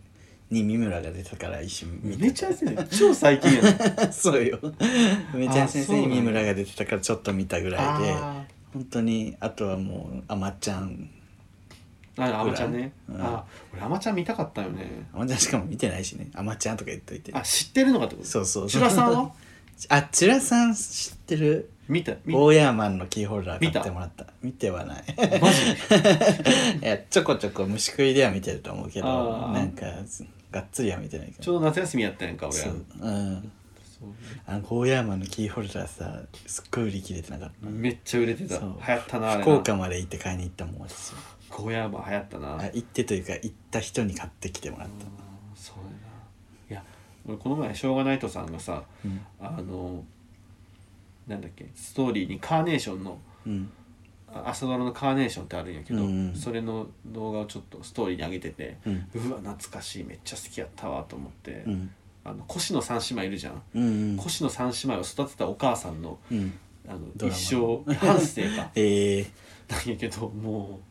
[SPEAKER 2] に三村が出たから一瞬見てた
[SPEAKER 1] めちゃ先生超最近やね
[SPEAKER 2] そうよ梅ちゃん先生
[SPEAKER 1] あそうな
[SPEAKER 2] に
[SPEAKER 1] んだ
[SPEAKER 2] 三村が出てたからちょっと見たぐらいで
[SPEAKER 1] あ
[SPEAKER 2] 本当にあとはもうあまちゃん
[SPEAKER 1] ーああまちゃんね、
[SPEAKER 2] うん
[SPEAKER 1] あ俺あまちゃん見たかったよね
[SPEAKER 2] あまちゃんしかも見てないしねあまちゃんとか言っといて
[SPEAKER 1] あ知ってるのかってこと
[SPEAKER 2] そうそう
[SPEAKER 1] ちらさんは
[SPEAKER 2] あちらさん知ってる
[SPEAKER 1] 見た見
[SPEAKER 2] ゴーヤーマンのキーホルダー
[SPEAKER 1] 見
[SPEAKER 2] 買
[SPEAKER 1] た
[SPEAKER 2] ってもらった見ては ない
[SPEAKER 1] マジ
[SPEAKER 2] いやちょこちょこ虫食いでは見てると思うけど
[SPEAKER 1] あー
[SPEAKER 2] なんかがっつりは見てないか
[SPEAKER 1] ちょうど夏休みやったやんか俺
[SPEAKER 2] ら
[SPEAKER 1] ら
[SPEAKER 2] そうう
[SPEAKER 1] そ
[SPEAKER 2] ん
[SPEAKER 1] う
[SPEAKER 2] あのゴーヤーマンのキーホルダーさすっごい売り切れてなかった
[SPEAKER 1] めっちゃ売れてた
[SPEAKER 2] そ
[SPEAKER 1] 流
[SPEAKER 2] う
[SPEAKER 1] 行ったなあれな
[SPEAKER 2] 福岡まで行って買いに行ったもん私
[SPEAKER 1] ゴーヤーマン流行ったな
[SPEAKER 2] あ行ってというか行った人に買ってきてもらっ
[SPEAKER 1] う
[SPEAKER 2] た
[SPEAKER 1] んそうだないや俺この前しょうがないとさんがさ
[SPEAKER 2] うん、
[SPEAKER 1] あのなんだっけストーリーにカーネーションの
[SPEAKER 2] うん、
[SPEAKER 1] あ朝ドラのカーネーションってあるんやけど、
[SPEAKER 2] うん
[SPEAKER 1] それの動画をちょっとストーリーに上げてて、
[SPEAKER 2] うん
[SPEAKER 1] うわ懐かしいめっちゃ好きやったわと思って、
[SPEAKER 2] うん
[SPEAKER 1] あの越野三姉妹いるじゃん、
[SPEAKER 2] うんうん
[SPEAKER 1] 越野三姉妹を育てたお母さんの
[SPEAKER 2] うん
[SPEAKER 1] あの
[SPEAKER 2] ドラマ
[SPEAKER 1] 一生半生か
[SPEAKER 2] えー、
[SPEAKER 1] なんやけども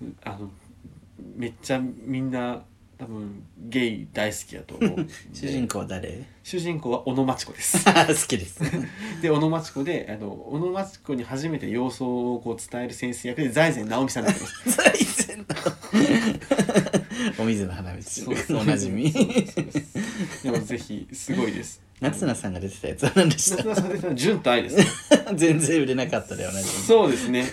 [SPEAKER 1] うあのめっちゃみんな多分ゲイ大好きやと思う
[SPEAKER 2] 主人公は誰
[SPEAKER 1] 主人公は小野真知子です
[SPEAKER 2] 好きです
[SPEAKER 1] で小野町子であの小野町子に初めて様相をこう伝える先生役で財前直美さんになってます
[SPEAKER 2] 財前の お水の花道おなじみ
[SPEAKER 1] そうですそうですでもぜひすごいです
[SPEAKER 2] 夏菜さんが出てたやつ は何でし
[SPEAKER 1] 夏菜さんでさ純と愛ですね
[SPEAKER 2] た全然売れなかったでおなじみ
[SPEAKER 1] そうですね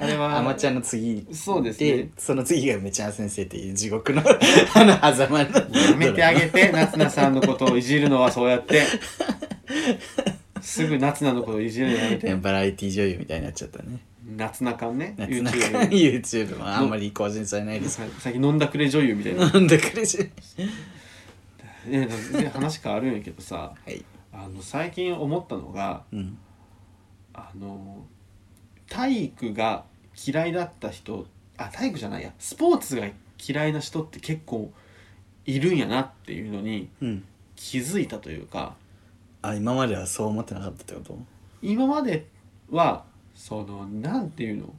[SPEAKER 1] あれは
[SPEAKER 2] あまちゃんの次
[SPEAKER 1] そうですね
[SPEAKER 2] その次がめちゃん先生っていう地獄の あの狭間の
[SPEAKER 1] やめてあげて夏菜さんのことをいじるのはそうやってすぐ夏菜のことをいじるのやめて
[SPEAKER 2] バラエティ女優みたいになっちゃったね
[SPEAKER 1] 夏菜感ね
[SPEAKER 2] 夏菜
[SPEAKER 1] YouTube で
[SPEAKER 2] YouTube もあんまり更新されないです
[SPEAKER 1] さ最近飲んだくれ女優みたい な
[SPEAKER 2] なんだかれしい
[SPEAKER 1] いやで話変わるんやけどさ
[SPEAKER 2] はい
[SPEAKER 1] あの最近思ったのが
[SPEAKER 2] うん
[SPEAKER 1] あの体育が嫌いだった人あ体育じゃないやスポーツが嫌いな人って結構いるんやなっていうのに
[SPEAKER 2] うん
[SPEAKER 1] 気づいたというか
[SPEAKER 2] あ今まではそう思ってなかったってこと
[SPEAKER 1] 今まではそのなんていうの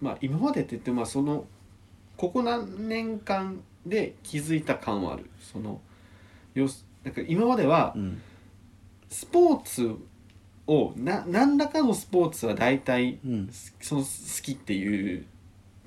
[SPEAKER 1] まあ今までって言ってもまあそのここ何年間で気づいた感はあるそのよなんか今までは
[SPEAKER 2] うん
[SPEAKER 1] スポーツをな何らかのスポーツは大体
[SPEAKER 2] うん
[SPEAKER 1] その好きっていう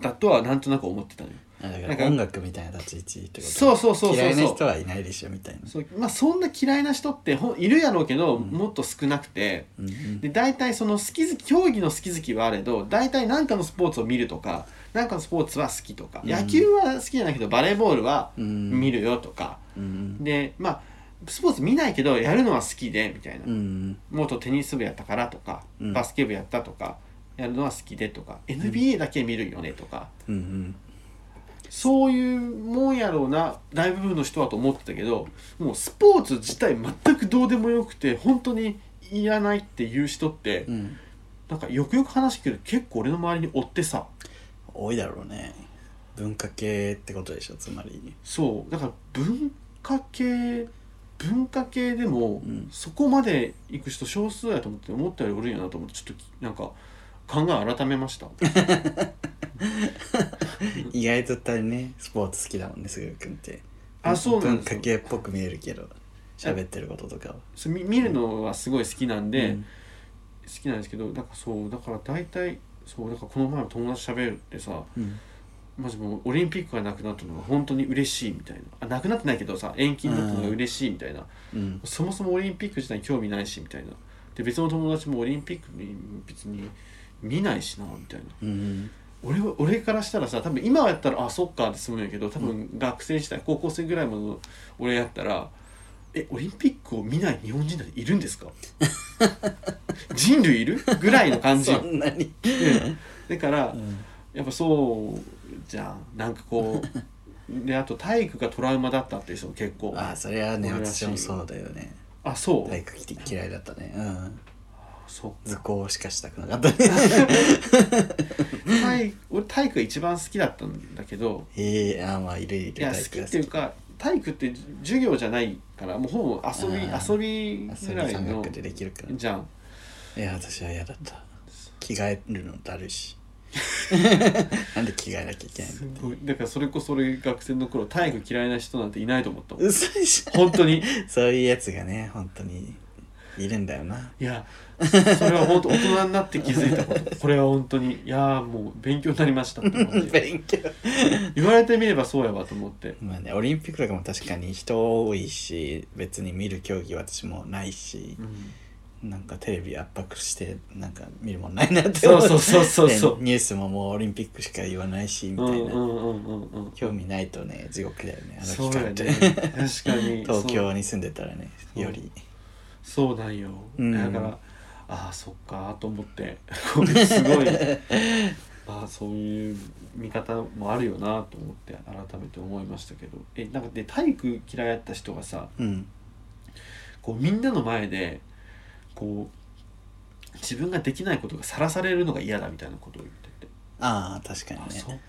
[SPEAKER 1] だとはなんとなく思ってたのよ
[SPEAKER 2] あだ
[SPEAKER 1] なん
[SPEAKER 2] か
[SPEAKER 1] から
[SPEAKER 2] 音楽みたいな立ち位置ってこと
[SPEAKER 1] そうそうそうそうそう
[SPEAKER 2] 嫌いな人はいないでしょみたいな
[SPEAKER 1] そうまあ、そんな嫌いな人ってほんいるやろうけど、
[SPEAKER 2] うん
[SPEAKER 1] もっと少なくて
[SPEAKER 2] うんうん
[SPEAKER 1] で大体その好き好き競技の好き好きはあれど大体何かのスポーツを見るとか何かのスポーツは好きとか、
[SPEAKER 2] うん
[SPEAKER 1] 野球は好きじゃないけどバレーボールは
[SPEAKER 2] うん
[SPEAKER 1] 見るよとか、
[SPEAKER 2] うん
[SPEAKER 1] でまあスポーツ見ないけどやるのは好きでみたいな、
[SPEAKER 2] うん
[SPEAKER 1] 元テニス部やったからとか、
[SPEAKER 2] うん
[SPEAKER 1] バスケ部やったとかやるのは好きでとか NBA だけ見るよねとか、
[SPEAKER 2] うんうん
[SPEAKER 1] そういうもんやろうな大部分の人はと思ってたけどもうスポーツ自体全くどうでもよくて本当にいらないっていう人って、
[SPEAKER 2] うん
[SPEAKER 1] なんかよくよく話聞くと結構俺の周りに追ってさ
[SPEAKER 2] 多いだろうね文化系ってことでしょつまり
[SPEAKER 1] そうだから文化系文化系でも、
[SPEAKER 2] うん
[SPEAKER 1] そこまで行く人少数やと思って思ったよりおるんやなと思ってちょっときなんか考え改めました
[SPEAKER 2] 意外とたねスポーツ好きだもんねすぐるくんって
[SPEAKER 1] あそうなん
[SPEAKER 2] 文
[SPEAKER 1] です
[SPEAKER 2] 化
[SPEAKER 1] よ
[SPEAKER 2] 系っぽく見えるけど喋ってることとかは
[SPEAKER 1] そう見見るのはすごい好きなんで、
[SPEAKER 2] うん
[SPEAKER 1] 好きなんですけどだからそうだから大体そうだからこの前も友達と喋ってさ
[SPEAKER 2] うん
[SPEAKER 1] マジもうオリンピックがなくなったのが本当に嬉しいみたいなあなくなってないけどさ延期になったのが嬉しいみたいな、
[SPEAKER 2] うん
[SPEAKER 1] そもそもオリンピック自体に興味ないしみたいなで別の友達もオリンピックに別に見ないしなみたいな
[SPEAKER 2] うん
[SPEAKER 1] 俺は俺からしたらさ多分今やったらあそっかって済むんやけど多分学生時代高校生ぐらいまでの俺やったらえオリンピックを見ない日本人なんているん ですか人類いるぐらいの感じ
[SPEAKER 2] そ
[SPEAKER 1] よ
[SPEAKER 2] んなに
[SPEAKER 1] だから
[SPEAKER 2] うん
[SPEAKER 1] やっぱそうじゃんなんかこうであと体育がトラウマだったっていう人も結構
[SPEAKER 2] あそれはね
[SPEAKER 1] 俺らしい
[SPEAKER 2] 私もそうだよね
[SPEAKER 1] あそう、
[SPEAKER 2] 体育嫌いだったねうん
[SPEAKER 1] そう
[SPEAKER 2] 図工しかしたくなかったね
[SPEAKER 1] 体育俺体育が一番好きだったんだけど
[SPEAKER 2] ええあまあいるい
[SPEAKER 1] い
[SPEAKER 2] る
[SPEAKER 1] や好きっていうか体育って授業じゃないからもうほぼ遊び
[SPEAKER 2] あー
[SPEAKER 1] 遊び
[SPEAKER 2] そ
[SPEAKER 1] ぐ
[SPEAKER 2] れ
[SPEAKER 1] らい
[SPEAKER 2] 三
[SPEAKER 1] の
[SPEAKER 2] 学でできるから
[SPEAKER 1] じゃん
[SPEAKER 2] いや私は嫌だった着替えるのだる いしなんで着替えなきゃいけない
[SPEAKER 1] す
[SPEAKER 2] の
[SPEAKER 1] ごいだからそれこそ俺学生の頃体育嫌いな人なんていないと思ったもん
[SPEAKER 2] 嘘でしょ
[SPEAKER 1] 本当に
[SPEAKER 2] そういうやつがね本当にいるんだよない
[SPEAKER 1] やそれは本当大人になって気づいたことこれは本当にいやーもう勉強になりましたって思って
[SPEAKER 2] 勉強
[SPEAKER 1] 言われてみればそうやわと思って
[SPEAKER 2] まあねオリンピックとかも確かに人多いし別に見る競技は私もないし
[SPEAKER 1] うん
[SPEAKER 2] なんかテレビ圧迫してなんか見るもんないなって
[SPEAKER 1] そ
[SPEAKER 2] 思
[SPEAKER 1] う
[SPEAKER 2] う
[SPEAKER 1] そうそうそうそう
[SPEAKER 2] でニュースももうオリンピックしか言わないしみ
[SPEAKER 1] う
[SPEAKER 2] た
[SPEAKER 1] んう
[SPEAKER 2] い
[SPEAKER 1] ん
[SPEAKER 2] な、
[SPEAKER 1] うんうんうん
[SPEAKER 2] 興味ないとね地獄だよねあの
[SPEAKER 1] そう
[SPEAKER 2] 期
[SPEAKER 1] や
[SPEAKER 2] 間っ
[SPEAKER 1] ね
[SPEAKER 2] て、
[SPEAKER 1] 確かに
[SPEAKER 2] 東京に住んでたらね
[SPEAKER 1] そう
[SPEAKER 2] より
[SPEAKER 1] そうなんよ、
[SPEAKER 2] うん
[SPEAKER 1] だからああそっかと思って これすごい ああそういう見方もあるよなと思って改めて思いましたけどえなんかで体育嫌いやった人がさ
[SPEAKER 2] うん
[SPEAKER 1] こうみんなの前でこう自分ができないことがさらされるのが嫌だみたいなことを言ってて、
[SPEAKER 2] ああ確かに
[SPEAKER 1] あ
[SPEAKER 2] ね
[SPEAKER 1] そう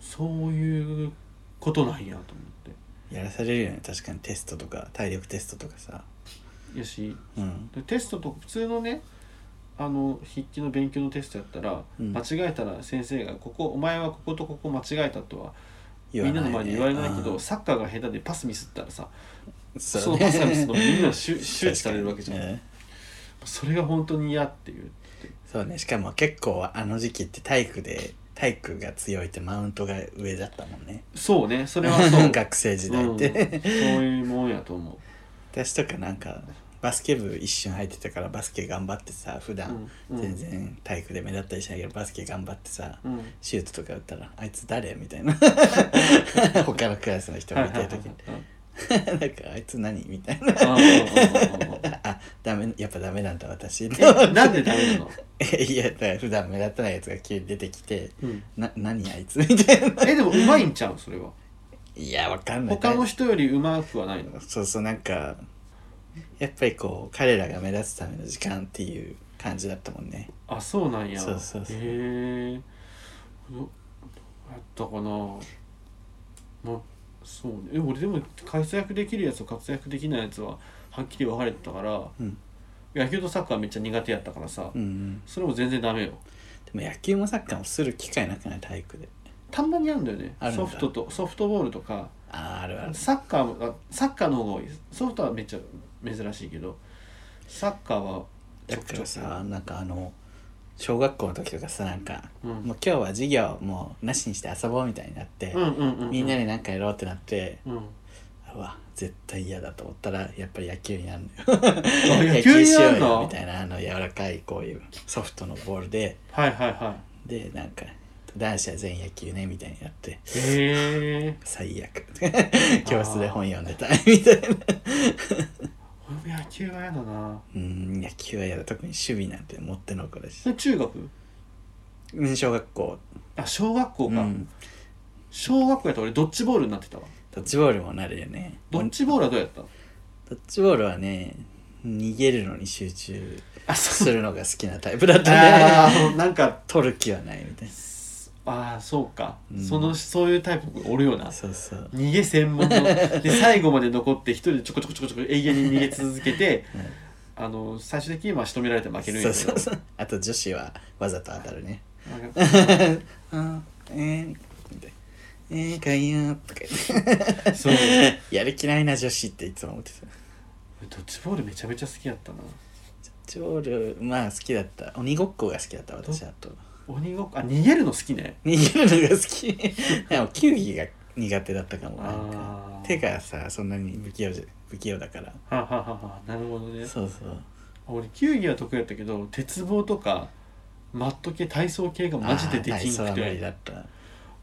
[SPEAKER 1] そういうことなんやと思って。
[SPEAKER 2] やらされるよね確かにテストとか体力テストとかさ
[SPEAKER 1] よし
[SPEAKER 2] うん
[SPEAKER 1] でテストとか普通のねあの筆記の勉強のテストやったら、
[SPEAKER 2] うん
[SPEAKER 1] 間違えたら先生が「ここお前はこことここ間違えた」とは、みんなの前に言われないけど、サッカーが下手でパスミスったらさ
[SPEAKER 2] うん
[SPEAKER 1] そ,、
[SPEAKER 2] そう
[SPEAKER 1] の
[SPEAKER 2] ね
[SPEAKER 1] パスミスのみんな周周知されるわけじゃん、
[SPEAKER 2] 確かにうん
[SPEAKER 1] それが本当に嫌っていう
[SPEAKER 2] そうねしかも結構あの時期って体育で体育が強いってマウントが上だったもんね
[SPEAKER 1] そうねそれ はそう
[SPEAKER 2] 学生時代っ
[SPEAKER 1] うん
[SPEAKER 2] て、
[SPEAKER 1] そういうもんやと思う、
[SPEAKER 2] 私とかなんかバスケ部一瞬入ってたからバスケ頑張ってさ普段
[SPEAKER 1] うんうん
[SPEAKER 2] 全然体育で目立ったりしないけどバスケ頑張ってさ、
[SPEAKER 1] うん、
[SPEAKER 2] シュートとか打ったら「あいつ誰?」みた いな他のクラスの人を見たい時に「なんかあいつ何?」みたいな
[SPEAKER 1] はいはいはいはいうんうんうんうんうんうん
[SPEAKER 2] 「あダメやっぱダメなんだ私」
[SPEAKER 1] えなんでダメなの、
[SPEAKER 2] いやだから普段目立たないやつが急に出てきて
[SPEAKER 1] うん
[SPEAKER 2] 「な何あいつ?」みたいな
[SPEAKER 1] えでもうまいんちゃうそれはい
[SPEAKER 2] やわかんない
[SPEAKER 1] 他の人よりうまくはないの
[SPEAKER 2] そうそうなんかやっぱりこう彼らが目立つための時間っていう感じだったもんね
[SPEAKER 1] あそうなんや
[SPEAKER 2] そうそうそう
[SPEAKER 1] へえどやったかなまそうねえ俺でも活躍できるやつと活躍できないやつははっきり分かれてたから
[SPEAKER 2] うん、
[SPEAKER 1] 野球とサッカーめっちゃ苦手やったからさ、
[SPEAKER 2] うんうん、
[SPEAKER 1] それも全然ダメよ
[SPEAKER 2] でも野球もサッカーもする機会なくない体育で
[SPEAKER 1] たまにあるんだよね
[SPEAKER 2] あるんだ
[SPEAKER 1] ソフトとソフトボールとか
[SPEAKER 2] あああるある
[SPEAKER 1] サッカーもあサッカーの方が多いソフトはめっちゃ珍しいけどサッカーは
[SPEAKER 2] だからさなんかあの小学校の時とかさなんか、
[SPEAKER 1] うん
[SPEAKER 2] もう今日は授業もうなしにして遊ぼうみたいになって、
[SPEAKER 1] うんうんうんうん
[SPEAKER 2] みんなでなんかやろうってなって、
[SPEAKER 1] うん
[SPEAKER 2] うわ絶対嫌だと思ったらやっぱり野球になるのよ
[SPEAKER 1] あ野球になるの
[SPEAKER 2] 野球しようよみたいなあの柔らかいこういうソフトのボールで
[SPEAKER 1] はいはいは
[SPEAKER 2] でなんか男子は全員野球ねみたいになって
[SPEAKER 1] いへえ
[SPEAKER 2] 最悪教室で本読んでたみたいな
[SPEAKER 1] 俺も野球は嫌だな
[SPEAKER 2] うん野球は嫌だ特に守備なんてもってのこだし
[SPEAKER 1] それ中学
[SPEAKER 2] うん小学校
[SPEAKER 1] あ小学校
[SPEAKER 2] う
[SPEAKER 1] か、
[SPEAKER 2] ん
[SPEAKER 1] 小学校やったら俺ドッジボールになってたわ
[SPEAKER 2] ドッジボールもなるよね
[SPEAKER 1] ドッジボールはどうやった
[SPEAKER 2] ドッジボールはね逃げるのに集中
[SPEAKER 1] あ
[SPEAKER 2] す
[SPEAKER 1] う
[SPEAKER 2] るのが好きなタイプだった
[SPEAKER 1] あ
[SPEAKER 2] ね
[SPEAKER 1] ーなんか
[SPEAKER 2] 取る気はないみたい
[SPEAKER 1] ああそうか、
[SPEAKER 2] うん
[SPEAKER 1] そのそういうタイプの子おるよな
[SPEAKER 2] なそうそう
[SPEAKER 1] 逃げ専門の で最後まで残って一人でちょこちょこちょこちょこ永遠に逃げ続けて、あの最終的にまあ仕留められて負けるん
[SPEAKER 2] そ
[SPEAKER 1] や
[SPEAKER 2] う
[SPEAKER 1] け
[SPEAKER 2] そ
[SPEAKER 1] ど
[SPEAKER 2] うそうあと女子はわざと当たるね
[SPEAKER 1] なんか
[SPEAKER 2] あえー、みたいなえー、かいよとか言って
[SPEAKER 1] そう
[SPEAKER 2] やる気ないな女子っていつも思ってた
[SPEAKER 1] ドッジボールめちゃめちゃ好きやったな
[SPEAKER 2] ジョールまあ好きだった鬼ごっこが好きだった私あと
[SPEAKER 1] 鬼ごっこあ逃げるの好きね
[SPEAKER 2] 逃げるのが好き でも球技が苦手だったかもなんか
[SPEAKER 1] ああ
[SPEAKER 2] 手がさそんなに不器用じゃ不器用だから
[SPEAKER 1] ははははなるほどね
[SPEAKER 2] そうそう
[SPEAKER 1] 俺球技は得意やったけど鉄棒とかマット系体操系がマジでできん
[SPEAKER 2] あー体操
[SPEAKER 1] く
[SPEAKER 2] は無理だ
[SPEAKER 1] て
[SPEAKER 2] った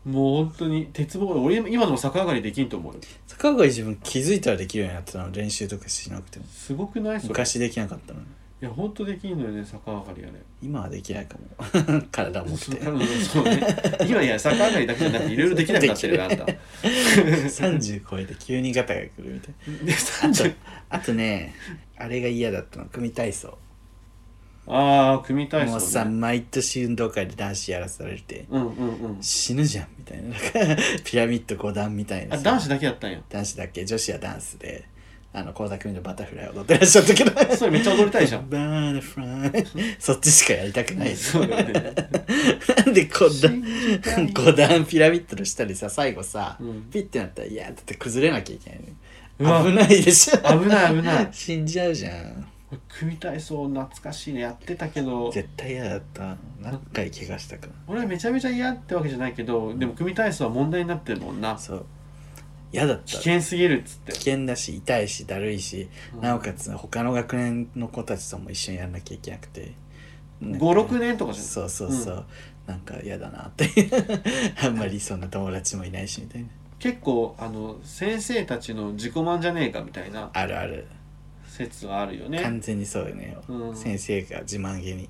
[SPEAKER 1] もう本当に鉄棒俺今でも逆上がりできんと思うよ
[SPEAKER 2] 坂上自分気づいたらできるようになってたの練習とかしなくても
[SPEAKER 1] すごくないそれい
[SPEAKER 2] 昔できなかったのに
[SPEAKER 1] や本当できんのよね逆上がりあれ
[SPEAKER 2] 今はできないかも 体重くて
[SPEAKER 1] そうそうね 今いや逆上がりだけじゃなくていろいろできなくなってるよあんたで
[SPEAKER 2] 30超えて急に肩がくるみたいなあと
[SPEAKER 1] 30
[SPEAKER 2] あとねあれが嫌だったの組体操
[SPEAKER 1] ああ組体
[SPEAKER 2] もう
[SPEAKER 1] 操
[SPEAKER 2] さ
[SPEAKER 1] ね
[SPEAKER 2] 毎年運動会で男子やらされて
[SPEAKER 1] うんうんうん
[SPEAKER 2] 死ぬじゃんみたいななんかピラミッド5段みたいな
[SPEAKER 1] あ
[SPEAKER 2] さ
[SPEAKER 1] 男子だけやったんや
[SPEAKER 2] 男子だっけ女子はダンスであの倖田來未のバタフライ踊ってらっしゃったけど
[SPEAKER 1] それめっちゃ踊りたい じゃん
[SPEAKER 2] バタフライそっちしかやりたくない
[SPEAKER 1] そうだよ ね
[SPEAKER 2] なんでこんな
[SPEAKER 1] 信じたい
[SPEAKER 2] 5段ピラミッドの下でさ最後さ、
[SPEAKER 1] うん
[SPEAKER 2] ピッてなったらいやだって崩れなきゃいけないのよ
[SPEAKER 1] うわ
[SPEAKER 2] 危ないでしょ
[SPEAKER 1] 危ない危ない
[SPEAKER 2] 死んじゃうじゃん
[SPEAKER 1] 組体操懐かしいねやってたけど
[SPEAKER 2] 絶対嫌だった何回怪我したか
[SPEAKER 1] 俺はめちゃめちゃ嫌ってわけじゃないけどでも組体操は問題になってるもんな
[SPEAKER 2] そう嫌だっ
[SPEAKER 1] 危
[SPEAKER 2] た危
[SPEAKER 1] 険すぎるっつって
[SPEAKER 2] 険だし痛いしだるいし、
[SPEAKER 1] うん
[SPEAKER 2] なおかつ他の学年の子たちとも一緒にやんなきゃいけなくてなんか
[SPEAKER 1] 56年とかじゃん
[SPEAKER 2] そうそうそう、なんか嫌だなって あんまりそんな友達もいないしみたいな
[SPEAKER 1] 結構あの先生たちの自己満じゃねえかみたいな
[SPEAKER 2] あるある
[SPEAKER 1] 説はあるよね
[SPEAKER 2] 完全にそうよね、
[SPEAKER 1] うん
[SPEAKER 2] 先生が自慢げに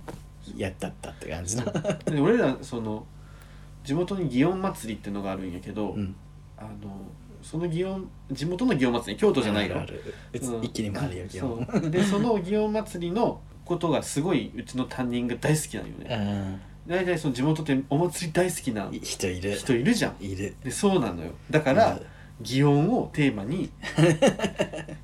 [SPEAKER 2] やったったって感じの
[SPEAKER 1] で俺らその地元に祇園祭りってのがあるんやけど、
[SPEAKER 2] うん
[SPEAKER 1] あのその祇園地元の祇園祭り京都じゃないよ
[SPEAKER 2] あるある
[SPEAKER 1] うん
[SPEAKER 2] 一気に回るよ基本
[SPEAKER 1] そうでその祇園祭りのことがすごいうちの担任が大好きなのよね大体その地元ってお祭り大好きな
[SPEAKER 2] うん人いる
[SPEAKER 1] 人いるじゃん
[SPEAKER 2] いる
[SPEAKER 1] でそうなのよだから擬音をテーマに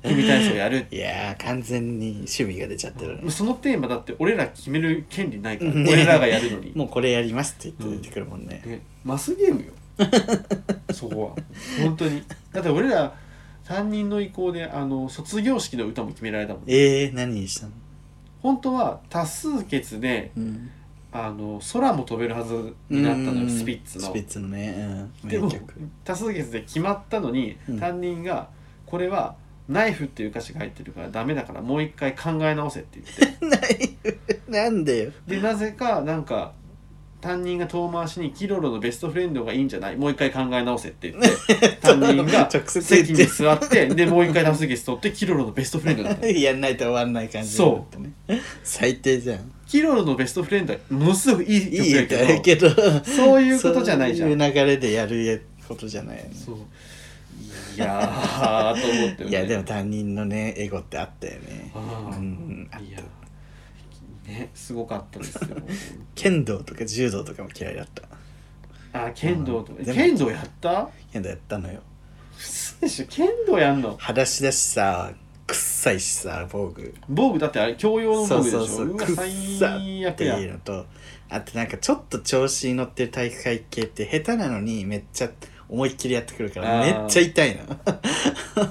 [SPEAKER 1] 組体操やる
[SPEAKER 2] いやー完全に趣味が出ちゃってるね、
[SPEAKER 1] そのテーマだって俺ら決める権利ないから、
[SPEAKER 2] ね
[SPEAKER 1] 俺らがやるのに
[SPEAKER 2] もうこれやりますって言って出てくるもんね、
[SPEAKER 1] ねマスゲームよそこは本当にだって俺ら担任の意向であの卒業式の歌も決められたもん
[SPEAKER 2] えー、何にしたの、
[SPEAKER 1] 本当は多数決で
[SPEAKER 2] うん、
[SPEAKER 1] あの空も飛べるはずになったのよスピッツ
[SPEAKER 2] ス
[SPEAKER 1] の
[SPEAKER 2] ピッツのね、うん、
[SPEAKER 1] でも
[SPEAKER 2] 名曲
[SPEAKER 1] 多数決で決まったのに、
[SPEAKER 2] うん
[SPEAKER 1] 担任が「これはナイフっていう歌詞が入ってるからダメだからもう一回考え直せ」って言って
[SPEAKER 2] なんでよ
[SPEAKER 1] でなぜかなんか担任が遠回しに「キロロのベストフレンドがいいんじゃないもう一回考え直せ」って言 って担任が
[SPEAKER 2] 直接言って
[SPEAKER 1] 席に座ってでもう一回多数決取って「キロロのベストフレンド」だった
[SPEAKER 2] やんないと終わんない感じになってね最低じゃん
[SPEAKER 1] キロロのベストフレンドはものすごくいい
[SPEAKER 2] い
[SPEAKER 1] 曲
[SPEAKER 2] い
[SPEAKER 1] や
[SPEAKER 2] 歌だ
[SPEAKER 1] けど
[SPEAKER 2] けど
[SPEAKER 1] そういうことじゃないじゃん
[SPEAKER 2] そういう流れでやることじゃないよね
[SPEAKER 1] そういやーと思って、
[SPEAKER 2] いやでも担任のねエゴってあったよね
[SPEAKER 1] あー
[SPEAKER 2] うんあっ
[SPEAKER 1] いや
[SPEAKER 2] た
[SPEAKER 1] ねすごかったですよ
[SPEAKER 2] 剣道とか柔道とかも嫌いだった
[SPEAKER 1] あ剣道と
[SPEAKER 2] う
[SPEAKER 1] か
[SPEAKER 2] んでも
[SPEAKER 1] 剣道やった
[SPEAKER 2] 剣道やったのよ
[SPEAKER 1] 嘘でしょ剣道やんの
[SPEAKER 2] 裸足だしさ臭いしさ防具
[SPEAKER 1] 防具だってあれ教養の防
[SPEAKER 2] そう
[SPEAKER 1] 具でし
[SPEAKER 2] そ
[SPEAKER 1] ょ
[SPEAKER 2] うそう
[SPEAKER 1] わ
[SPEAKER 2] くっさ
[SPEAKER 1] 最
[SPEAKER 2] っ
[SPEAKER 1] 悪
[SPEAKER 2] て
[SPEAKER 1] や
[SPEAKER 2] いうのとあとなんかちょっと調子に乗ってる体育会系って下手なのにめっちゃ思いっきりやってくるか
[SPEAKER 1] あ
[SPEAKER 2] らめ
[SPEAKER 1] ー
[SPEAKER 2] っちゃ痛い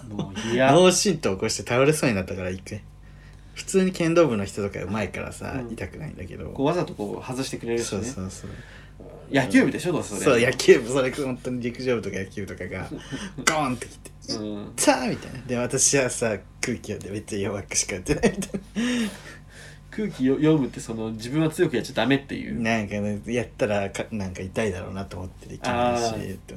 [SPEAKER 2] の
[SPEAKER 1] もういや
[SPEAKER 2] 脳震盪起こして倒れそうになったから一回普通に剣道部の人とかうまいからさ、
[SPEAKER 1] うん
[SPEAKER 2] 痛くないんだけど
[SPEAKER 1] こうわざとこう外してくれるし
[SPEAKER 2] そう
[SPEAKER 1] ね
[SPEAKER 2] そうそう
[SPEAKER 1] 野球部でしょどうせ
[SPEAKER 2] そう
[SPEAKER 1] れ
[SPEAKER 2] 野球部それ本当に陸上部とか野球部とかがゴーンってきて「いっ
[SPEAKER 1] うん
[SPEAKER 2] た!」みたいなで私はさ空気読んでめっちゃ弱くしか打てないみたい
[SPEAKER 1] 空気よ読むってその自分は強くやっちゃダメっていう、
[SPEAKER 2] ななんかねやったらかなんか痛いだろうなと思ってできない
[SPEAKER 1] あー
[SPEAKER 2] しと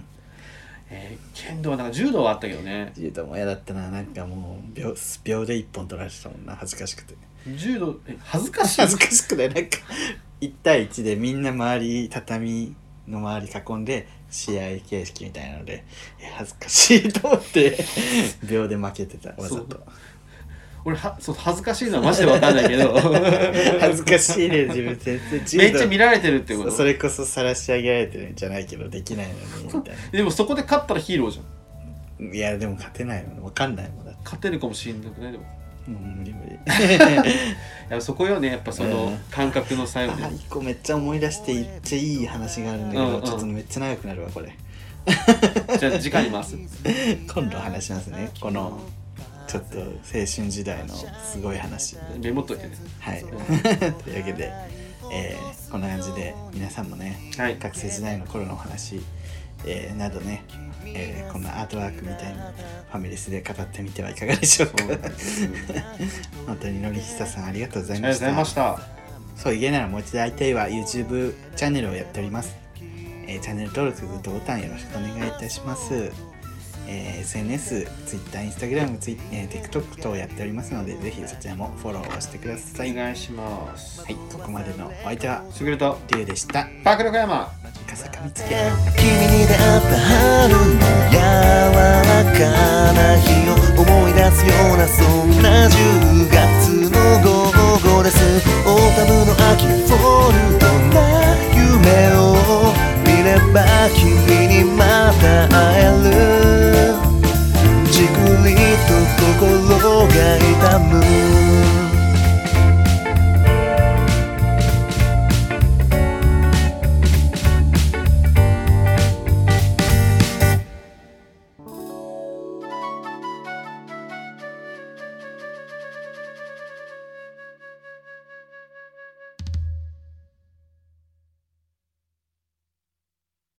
[SPEAKER 1] えー剣道はなんか柔道はあったけどね
[SPEAKER 2] 柔道も嫌だったななんかもう秒秒で一本取られてたもんな恥ずかし くて
[SPEAKER 1] 柔道え恥ずかしい
[SPEAKER 2] 恥ずかしくないなんか1対1でみんな周り畳の周り囲んで試合形式みたいなのでいや恥ずかしいと思 って秒で負けてたわざと
[SPEAKER 1] 俺はそう恥ずかしいのはマジで分かんないけど
[SPEAKER 2] 恥ずかしいね自分全然柔道
[SPEAKER 1] めっちゃ見られてるってこ
[SPEAKER 2] そ
[SPEAKER 1] と
[SPEAKER 2] それこそ晒し上げられてるんじゃないけどできないのにみたい
[SPEAKER 1] でもそこで勝ったらヒーローじゃん
[SPEAKER 2] ないやでも勝てないのわかんないもんだっ
[SPEAKER 1] 勝てるかもしれなくないでも
[SPEAKER 2] てもう無理無理
[SPEAKER 1] いやそこよねやっぱその
[SPEAKER 2] うん
[SPEAKER 1] 感覚の作用で、
[SPEAKER 2] あ一個めっちゃ思い出していっちゃいい話があるんだけど、
[SPEAKER 1] うんうん
[SPEAKER 2] ちょっとめっちゃ長くなるわこれ
[SPEAKER 1] じゃあ次回に回す
[SPEAKER 2] 今度話しますねこのちょっと青春時代のすごい話
[SPEAKER 1] メモっといてね
[SPEAKER 2] はい というわけで、えーこんな感じで皆さんもね、
[SPEAKER 1] はい
[SPEAKER 2] 学生時代の頃のお話、えーなどね、えーこんなアートワークみたいにファミレスで語ってみてはいかがでしょう
[SPEAKER 1] そ
[SPEAKER 2] か
[SPEAKER 1] うですね
[SPEAKER 2] 本当にのりひささんありがとうござ
[SPEAKER 1] あ
[SPEAKER 2] い
[SPEAKER 1] りが
[SPEAKER 2] ま
[SPEAKER 1] とうご
[SPEAKER 2] した
[SPEAKER 1] ざいました
[SPEAKER 2] そう言えならもう一度会いたいは YouTube チャンネルをやっております、えーチャンネル登録グッドボタンよろしくお願いいたします、えー SNS、Twitter、Instagram、ツイえー TikTok 等やっておりますのでぜひそちらもフォローをしてください
[SPEAKER 1] お
[SPEAKER 2] はい、
[SPEAKER 1] 願いします
[SPEAKER 2] ここまでのお相手は
[SPEAKER 1] すぐれと
[SPEAKER 2] リュウでした
[SPEAKER 1] 爆力山
[SPEAKER 2] 笠上つ
[SPEAKER 3] 君に出会った春の柔らか
[SPEAKER 2] け
[SPEAKER 3] な日を思い出すようなそんな10月の午後ですオータムの秋フォルトな夢を見れば君にまた会えるじくりと心が痛む